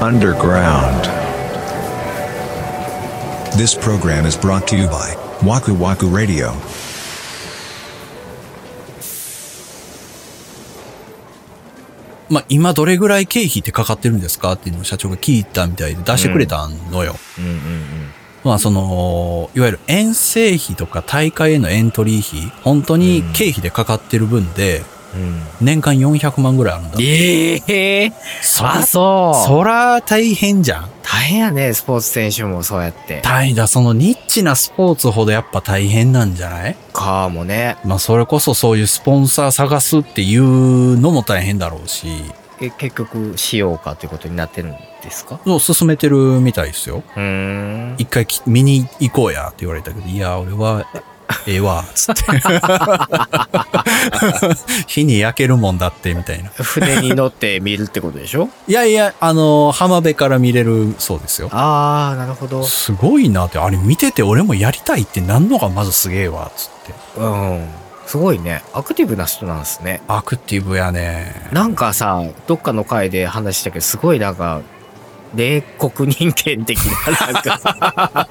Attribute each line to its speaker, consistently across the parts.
Speaker 1: underground.
Speaker 2: This program is brought to you by Waku Waku Radio.
Speaker 3: まあ、今どれぐらい経費ってかかってるんですかっていうのを社長が聞いたみたいで出してくれたのよ。
Speaker 1: うんうん
Speaker 3: まあ、その、いわゆる遠征費とか大会へのエントリー費、本当に経費でかかってる分で、
Speaker 1: うん。
Speaker 3: 年間400万ぐらいあるんだ。
Speaker 1: ええ
Speaker 3: そ
Speaker 1: あ、
Speaker 3: ら、
Speaker 1: そう。
Speaker 3: そら大変じゃん。
Speaker 1: 大変やね、スポーツ選手もそうやって。
Speaker 3: 大変だ。そのニッチなスポーツほどやっぱ大変なんじゃない
Speaker 1: かもね。
Speaker 3: まあ、それこそそういうスポンサー探すっていうのも大変だろうし、
Speaker 1: え、結局、しようかということになってるんですか
Speaker 3: もう進めてるみたいですよ。
Speaker 1: うーん。
Speaker 3: 一回き見に行こうやって言われたけど、いや、俺は、ええわ、つって。 火に焼けるもんだって、みたいな。
Speaker 1: 船に乗って見るってことでしょ
Speaker 3: いやいや、あの、浜辺から見れるそうですよ。
Speaker 1: ああ、なるほど。
Speaker 3: すごいなって、あれ見てて俺もやりたいってなんのがまずすげえわ、つって。
Speaker 1: うん。すごいね。アクティブな人なんですね。
Speaker 3: アクティブやね。
Speaker 1: なんかさ、どっかの回で話したけど、すごいなんか、冷酷人間的な、なん か、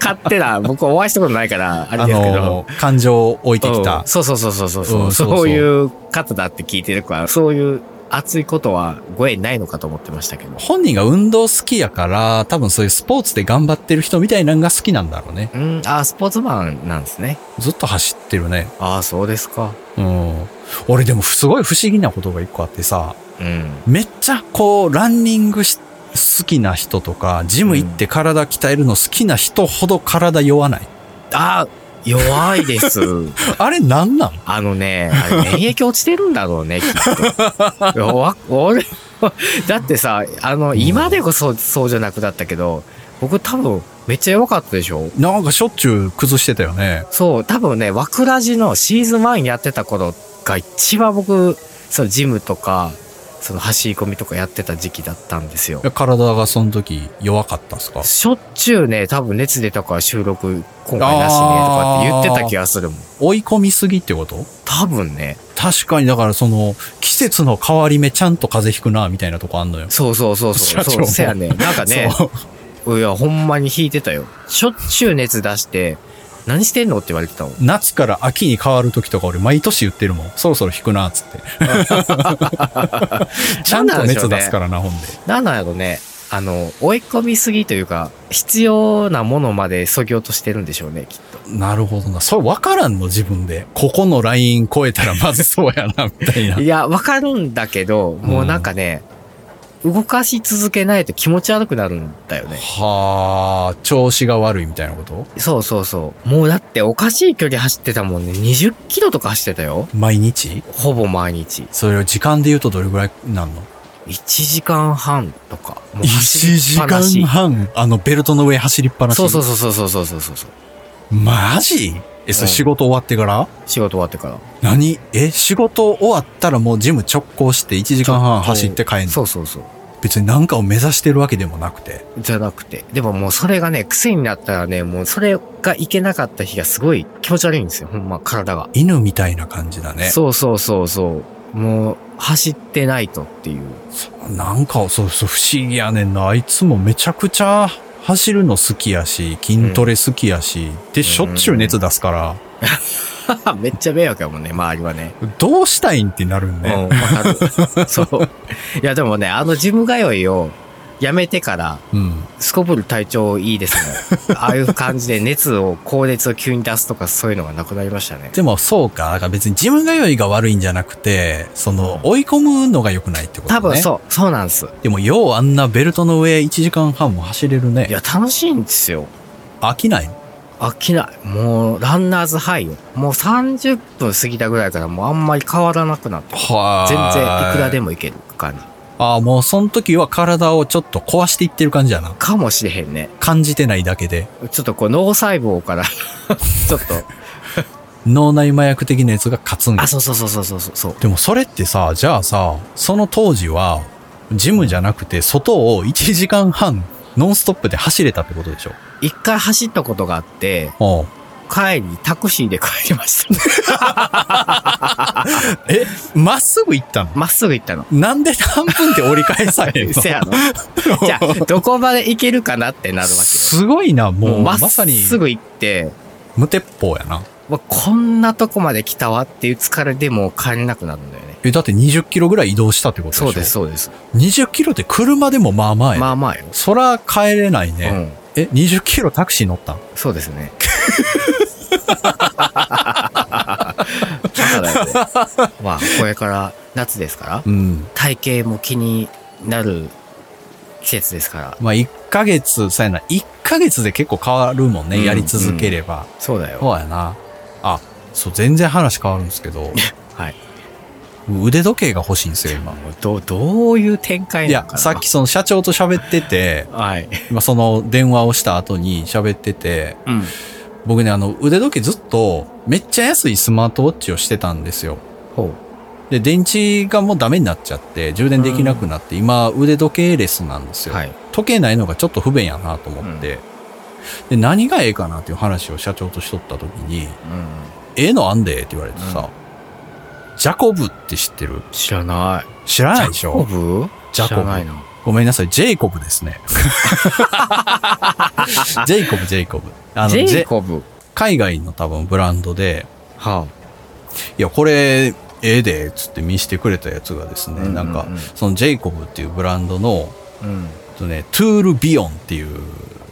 Speaker 1: 勝手な、僕お会いしたことないから、あれ
Speaker 3: あ
Speaker 1: ですけど。
Speaker 3: の、感情を置いてき
Speaker 1: う
Speaker 3: た
Speaker 1: ん。そうそうそうそうそうそう、
Speaker 3: うんそうそう
Speaker 1: そういう方だって聞いてるから、そういう熱いことはご縁ないのかと思ってましたけど。
Speaker 3: 本人が運動好きやから、多分そういうスポーツで頑張ってる人みたいなのが好きなんだろうね。
Speaker 1: うん、あ、スポーツマンなんですね。
Speaker 3: ずっと走ってるね。
Speaker 1: ああ、そうですか。
Speaker 3: うん。俺でもすごい不思議なことが一個あってさ、
Speaker 1: うん。
Speaker 3: めっちゃこう、ランニングし好きな人とか、ジム行って体鍛えるの好きな人ほど体酔わない。
Speaker 1: あ弱いです。
Speaker 3: あれなんなん
Speaker 1: あのね、あれ免疫落ちてるんだろうね、きっ と。弱俺、だってさ、あの、今でこそそうじゃなくなったけど、僕多分めっちゃ弱かったでしょ
Speaker 3: なんかしょっちゅう崩してたよね。
Speaker 1: そう、多分ね、枠ラジのシーズン1やってた頃が一番僕、そのジムとか、その走り込みとかやってた時期だったんですよ
Speaker 3: い。や体がその時弱かったっすか
Speaker 1: しょっちゅうね、多分熱出たから収録今回なしね、とかって言ってた気がするもん。
Speaker 3: 追い込みすぎってこと
Speaker 1: 多分ね、
Speaker 3: 確かにだからその、季節の変わり目ちゃんと風邪ひくな、みたいなとこあんのよ。
Speaker 1: そうそうそうそ
Speaker 3: 社
Speaker 1: う、
Speaker 3: 長
Speaker 1: そう
Speaker 3: も
Speaker 1: せやね。なんかね、
Speaker 3: そう。
Speaker 1: いや、ほんまに引いてたよ。しょっちゅう熱出して、何してんのって言われてたもん。
Speaker 3: 夏から秋に変わる時とか俺毎年言ってるもん。そろそろ引くな、つって。ちゃんと熱出すからな、ほんで。
Speaker 1: なんなんやろね、あの、追い込みすぎというか、必要なものまで削ぎ落としてるんでしょうね、きっと。
Speaker 3: なるほどな。それ分からんの、自分で。ここのライン超えたらまずそうやな、み たいな。
Speaker 1: いや、わかるんだけど、もうなんかね、動かし続けないと気持ち悪くなるんだよね。
Speaker 3: はあ、調子が悪いみたいなこと
Speaker 1: そうそうそう。もうだっておかしい距離走ってたもんね。20キロとか走ってたよ。
Speaker 3: 毎日
Speaker 1: ほぼ毎日。
Speaker 3: それを時間で言うとどれぐらいなんの
Speaker 1: 1時間半とか。もう走り
Speaker 3: ?1
Speaker 1: っ
Speaker 3: 時
Speaker 1: ぱなし
Speaker 3: 間半、あのベルトの上走りっぱなし。
Speaker 1: そうそうそうそうそうそうそうそう。
Speaker 3: マジえ、それ仕事終わってから、
Speaker 1: 仕事終わってから。
Speaker 3: 何え、仕事終わったらもうジム直行して1時間半走って帰ん
Speaker 1: そ
Speaker 3: の
Speaker 1: うそうそう。
Speaker 3: 別に何かを目指してるわけでもなくて。
Speaker 1: じゃなくて。でももうそれがね、癖になったらね、もうそれがいけなかった日がすごい気持ち悪いんですよ。ほんま、体が。
Speaker 3: 犬みたいな感じだね。
Speaker 1: そうそうそうそう。もう、走ってないとっ ていう。
Speaker 3: なんか、そうそう、不思議やねんな。あいつもめちゃくちゃ走るの好きやし、筋トレ好きやし、で、しょっちゅう熱出すから、
Speaker 1: めっちゃ迷惑やもんね、周りはね。
Speaker 3: どうしたいんってなるん
Speaker 1: うん、
Speaker 3: ね。
Speaker 1: わかる。そう。いや、でもね、あのジム通いをやめてから、
Speaker 3: うん。
Speaker 1: すこぶる体調いい ですね。ああいう感じで熱を、高熱を急に出すとかそういうのがなくなりましたね。
Speaker 3: でも、そうか。だから別に自分が良いが悪いんじゃなくて、その、追い込むのが良くないってことね。
Speaker 1: 多分そう、そうなんです。
Speaker 3: う。でも、ようあんなベルトの上1時間半も走れる
Speaker 1: い
Speaker 3: ね。
Speaker 1: や、楽しいんですよ。
Speaker 3: 飽きない
Speaker 1: 飽きない。もう、ランナーズハイよ。もう30分過ぎたぐらいからもうあんまり変わらなくなって。
Speaker 3: は
Speaker 1: 全然いくらで
Speaker 3: も。
Speaker 1: もいける感じ。
Speaker 3: ああ、もう、その時は体をちょっと壊していってる感じやな。
Speaker 1: かもしれへんね。
Speaker 3: 感じてないだけで。
Speaker 1: ちょっとこう脳細 胞から、ちょっと。
Speaker 3: 脳内麻薬的なやつが勝つんや
Speaker 1: あ、そうそうそうそうそうそう。
Speaker 3: でもそれってさ、じゃあさ、その当時は、ジムじゃなくて、外を1時間半、ノンストップで走れたってことでしょ
Speaker 1: 一回走ったことがあって、
Speaker 3: おう
Speaker 1: 帰り、タクシーで帰りまし たね。
Speaker 3: え、まっすぐ行ったの
Speaker 1: まっすぐ行ったの。
Speaker 3: なんで何分で折り返さへんの
Speaker 1: せやの。じゃあ、どこまで行けるかなってなるわけ
Speaker 3: すごいな、
Speaker 1: よ。
Speaker 3: もう、
Speaker 1: ま
Speaker 3: ま
Speaker 1: っ
Speaker 3: さに、
Speaker 1: すぐ行って、
Speaker 3: 無鉄砲やな。
Speaker 1: まあこんなとこまで来たわっていう疲れでもう帰れなくなるんだよね。
Speaker 3: え、だって20キロぐらい移動したってことでしょ
Speaker 1: そうです、。そうです。
Speaker 3: 20キロって車でもまあまあや。
Speaker 1: まあまあよ。
Speaker 3: そら帰れないうね。
Speaker 1: ん。
Speaker 3: え、20キロタクシー乗ったん
Speaker 1: そうですね。バカ だよねまあ、これから夏ですから、
Speaker 3: うん。
Speaker 1: 体型も気になる季節ですから。
Speaker 3: まあ、1ヶ月、さやな、1ヶ月で結構変わるもん
Speaker 1: うん
Speaker 3: ね、やり続ければ。
Speaker 1: そうだよ。
Speaker 3: そうやな。あ、そう、全然話変わるんですけ ど、
Speaker 1: はい。
Speaker 3: 腕時計が欲しいんですよ、今。
Speaker 1: もうどう、どういう展開
Speaker 3: い
Speaker 1: な
Speaker 3: や
Speaker 1: のか、な
Speaker 3: さっき。その社長と喋ってて、
Speaker 1: はい。
Speaker 3: まあ、その電話をした後に喋ってて、
Speaker 1: うん。
Speaker 3: 僕ね、あの、腕時計ずっと、めっちゃ安いスマートウォッチをしてたんですよ。
Speaker 1: ほ
Speaker 3: で、電池がもうダメになっちゃって、充電できなくなって、今、腕時計レスなんです
Speaker 1: う。
Speaker 3: よ。
Speaker 1: はい。
Speaker 3: 時計ないのがちょっと不便やなと思って、で、何がええかなっていう話を社長としとった時に、
Speaker 1: うん。
Speaker 3: ええのあんでって言われてさ、ジャコブって知ってる
Speaker 1: 知らない。
Speaker 3: 知らないでし
Speaker 1: ジャコ
Speaker 3: ょ
Speaker 1: ブ
Speaker 3: ジャコブ
Speaker 1: 知らないな。
Speaker 3: ごめんなさい、ジェイコブです ね。ジェイコブ、ジェイコブ。あの、
Speaker 1: ジ
Speaker 3: ジ
Speaker 1: ェイ
Speaker 3: ェ
Speaker 1: コブ。
Speaker 3: 海外の多分ブランドで、
Speaker 1: はい
Speaker 3: や、これ、ええで、つって見してくれたやつがですね、
Speaker 1: うんうんうん
Speaker 3: なんか、そのジェイコブっていうブランドの、
Speaker 1: あ。う
Speaker 3: え
Speaker 1: ん。
Speaker 3: っとね、トゥールビヨンっていう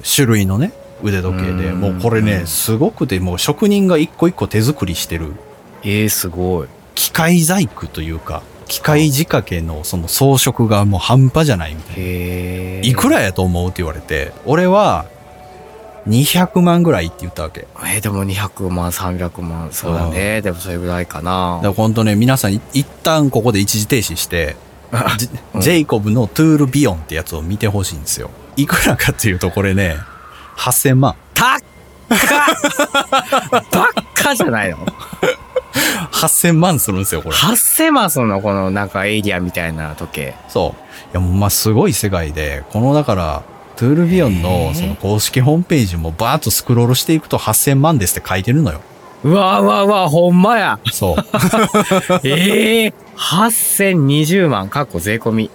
Speaker 3: 種類のね、腕時計で、
Speaker 1: うん
Speaker 3: もうこれ
Speaker 1: う
Speaker 3: ね、
Speaker 1: ん
Speaker 3: すごくて、もう職人が一個一個手作りしてる、
Speaker 1: ええ、すごい。
Speaker 3: 機械細工というか、機械仕掛けのその装飾がもう半端じゃないみたいな。
Speaker 1: へえ。
Speaker 3: いくらやと思うって言われて、俺は、200万ぐらいって言ったわけ。だ
Speaker 1: えー、でも200万、300万、そうだね。でもそれぐらいかな。
Speaker 3: から本当ね、皆さんい一旦ここで一時停止して、 ジ
Speaker 1: うん
Speaker 3: ジェイコブのトゥールビヨンってやつを見てほしいんですよ。いくらかっていうとこれね、8000万。
Speaker 1: たっ かばっかじゃないの
Speaker 3: 8000万するんですよ、これ。
Speaker 1: ?8000 万その、このなんかエイリアンみたいな時計。
Speaker 3: そう。いや、もうまあ、すごい世界で、このだから、トゥールビヨン
Speaker 1: へ
Speaker 3: の
Speaker 1: ー
Speaker 3: その公式ホームページもバーッとスクロールしていくと8000万ですって書いてるのよ。
Speaker 1: うわうわうわ、ほんまや。
Speaker 3: そう。
Speaker 1: ええー、8020万、かっこ税込み。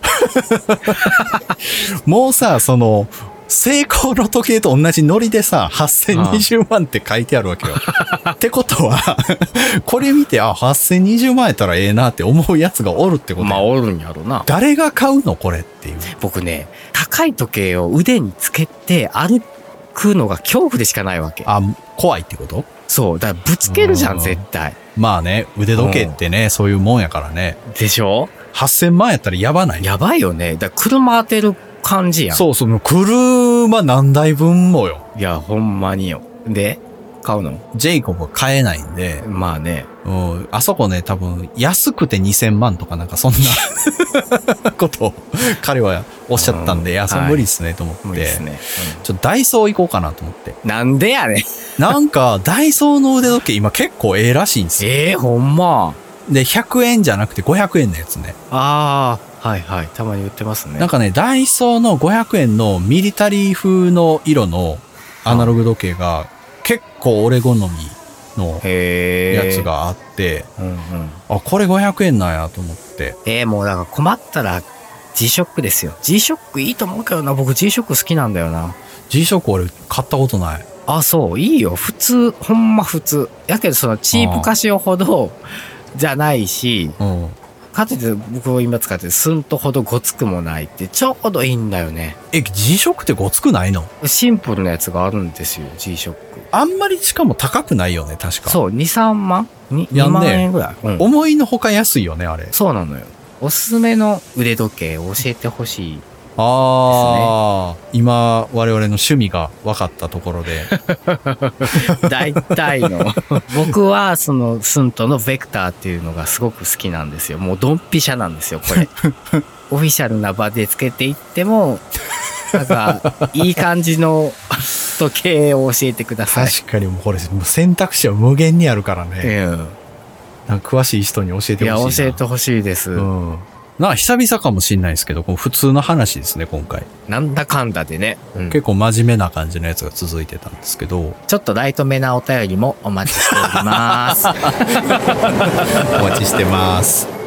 Speaker 3: もうさ、その、成功の時計と同じノリでさ、8020万って書いてあるわけよ。ってことは、 これ見て、あ、8020万やったらええなって思うやつがおるってことよ。
Speaker 1: まあ、おるんやろな。
Speaker 3: 誰が買うのこれっていう。
Speaker 1: 僕ね、高い時計を腕につけて歩くのが恐怖でしかないわけ。
Speaker 3: あ、怖いってこと
Speaker 1: そう。だからぶつけるじゃ
Speaker 3: うん
Speaker 1: ん、絶対。
Speaker 3: まあね、腕時計ってね、そういうもんやからね。
Speaker 1: でしょ
Speaker 3: 8000万やったらやばない
Speaker 1: やばいよね。だから車当てる感じやん。
Speaker 3: そうそう、もう車何台分もよ。
Speaker 1: いや、ほんまによ。で、買うの
Speaker 3: ジェイコブは買えないんで、
Speaker 1: まあね。
Speaker 3: うん、あそこね、多分、安くて2000万とかなんかそん なことを彼はおっしゃったんで、
Speaker 1: うん
Speaker 3: いや、それ
Speaker 1: はい
Speaker 3: 無理っすねと思って、
Speaker 1: 無理ですね。
Speaker 3: ちょっとダイソー行こうかなと思って。
Speaker 1: うんなんでやねん。
Speaker 3: なんか、ダイソーの腕時計今結構 ええらしいんですよ。
Speaker 1: ええほんま。
Speaker 3: で、100円じゃなくて500円のやつね。
Speaker 1: ああ、はいはい。たまに売ってますね。
Speaker 3: なんかね、ダイソーの500円のミリタリー風の色のアナログ時計が結構俺好みの
Speaker 1: へえ。
Speaker 3: やつ。があって、
Speaker 1: うんうん。
Speaker 3: あ、これ500円なんやと思って。
Speaker 1: ええもうだから困ったら、G-SHOCK ですよ。G-SHOCK いいと思うけどな。僕 G-SHOCK 好きなんだよな。
Speaker 3: G ショック俺買ったことない。
Speaker 1: あ、そう。いいよ。普通。ほんま普通。やけどそのチープカシオほど、じゃないし、
Speaker 3: うん。
Speaker 1: かといって僕を今使ってるスンとほどごつくもないってちょうどいいんだよね。
Speaker 3: え、G ショックってごつくないの
Speaker 1: シンプルなやつがあるんですよ、G-SHOCK。
Speaker 3: あんまりしかも高くないよね、確か。う。
Speaker 1: そう、2、3万 2,
Speaker 3: やんね
Speaker 1: 万円ぐらい、うん
Speaker 3: 思いのほか安いよね、あれ。
Speaker 1: そうなのよ。おすすめの腕時計を教えてほしい。
Speaker 3: ああ、今、我々の趣味が分かったところ で。
Speaker 1: 大体の。 僕は、その、スントのベクターっていうのがすごく好きなんですよ。もうドンピシャなんですよ、こ れ。オフィシャルな場でつけていっても、なんか、いい感じの時計を教えてください。
Speaker 3: 確かにもうこれ、もう選択肢は無限にあるからね。
Speaker 1: うん
Speaker 3: なんか詳しい人に教え
Speaker 1: い
Speaker 3: て
Speaker 1: や、
Speaker 3: ほ
Speaker 1: 教
Speaker 3: しいな。
Speaker 1: えてほしいです。
Speaker 3: うん。な、久々かもしんないですけど、こう普通の話ですね、今回。
Speaker 1: なんだかんだでね。うん
Speaker 3: 結構真面目な感じのやつが続いてたんですけど、
Speaker 1: ちょっとライトめなお便りもお待ちしております。
Speaker 3: お待ちしてます。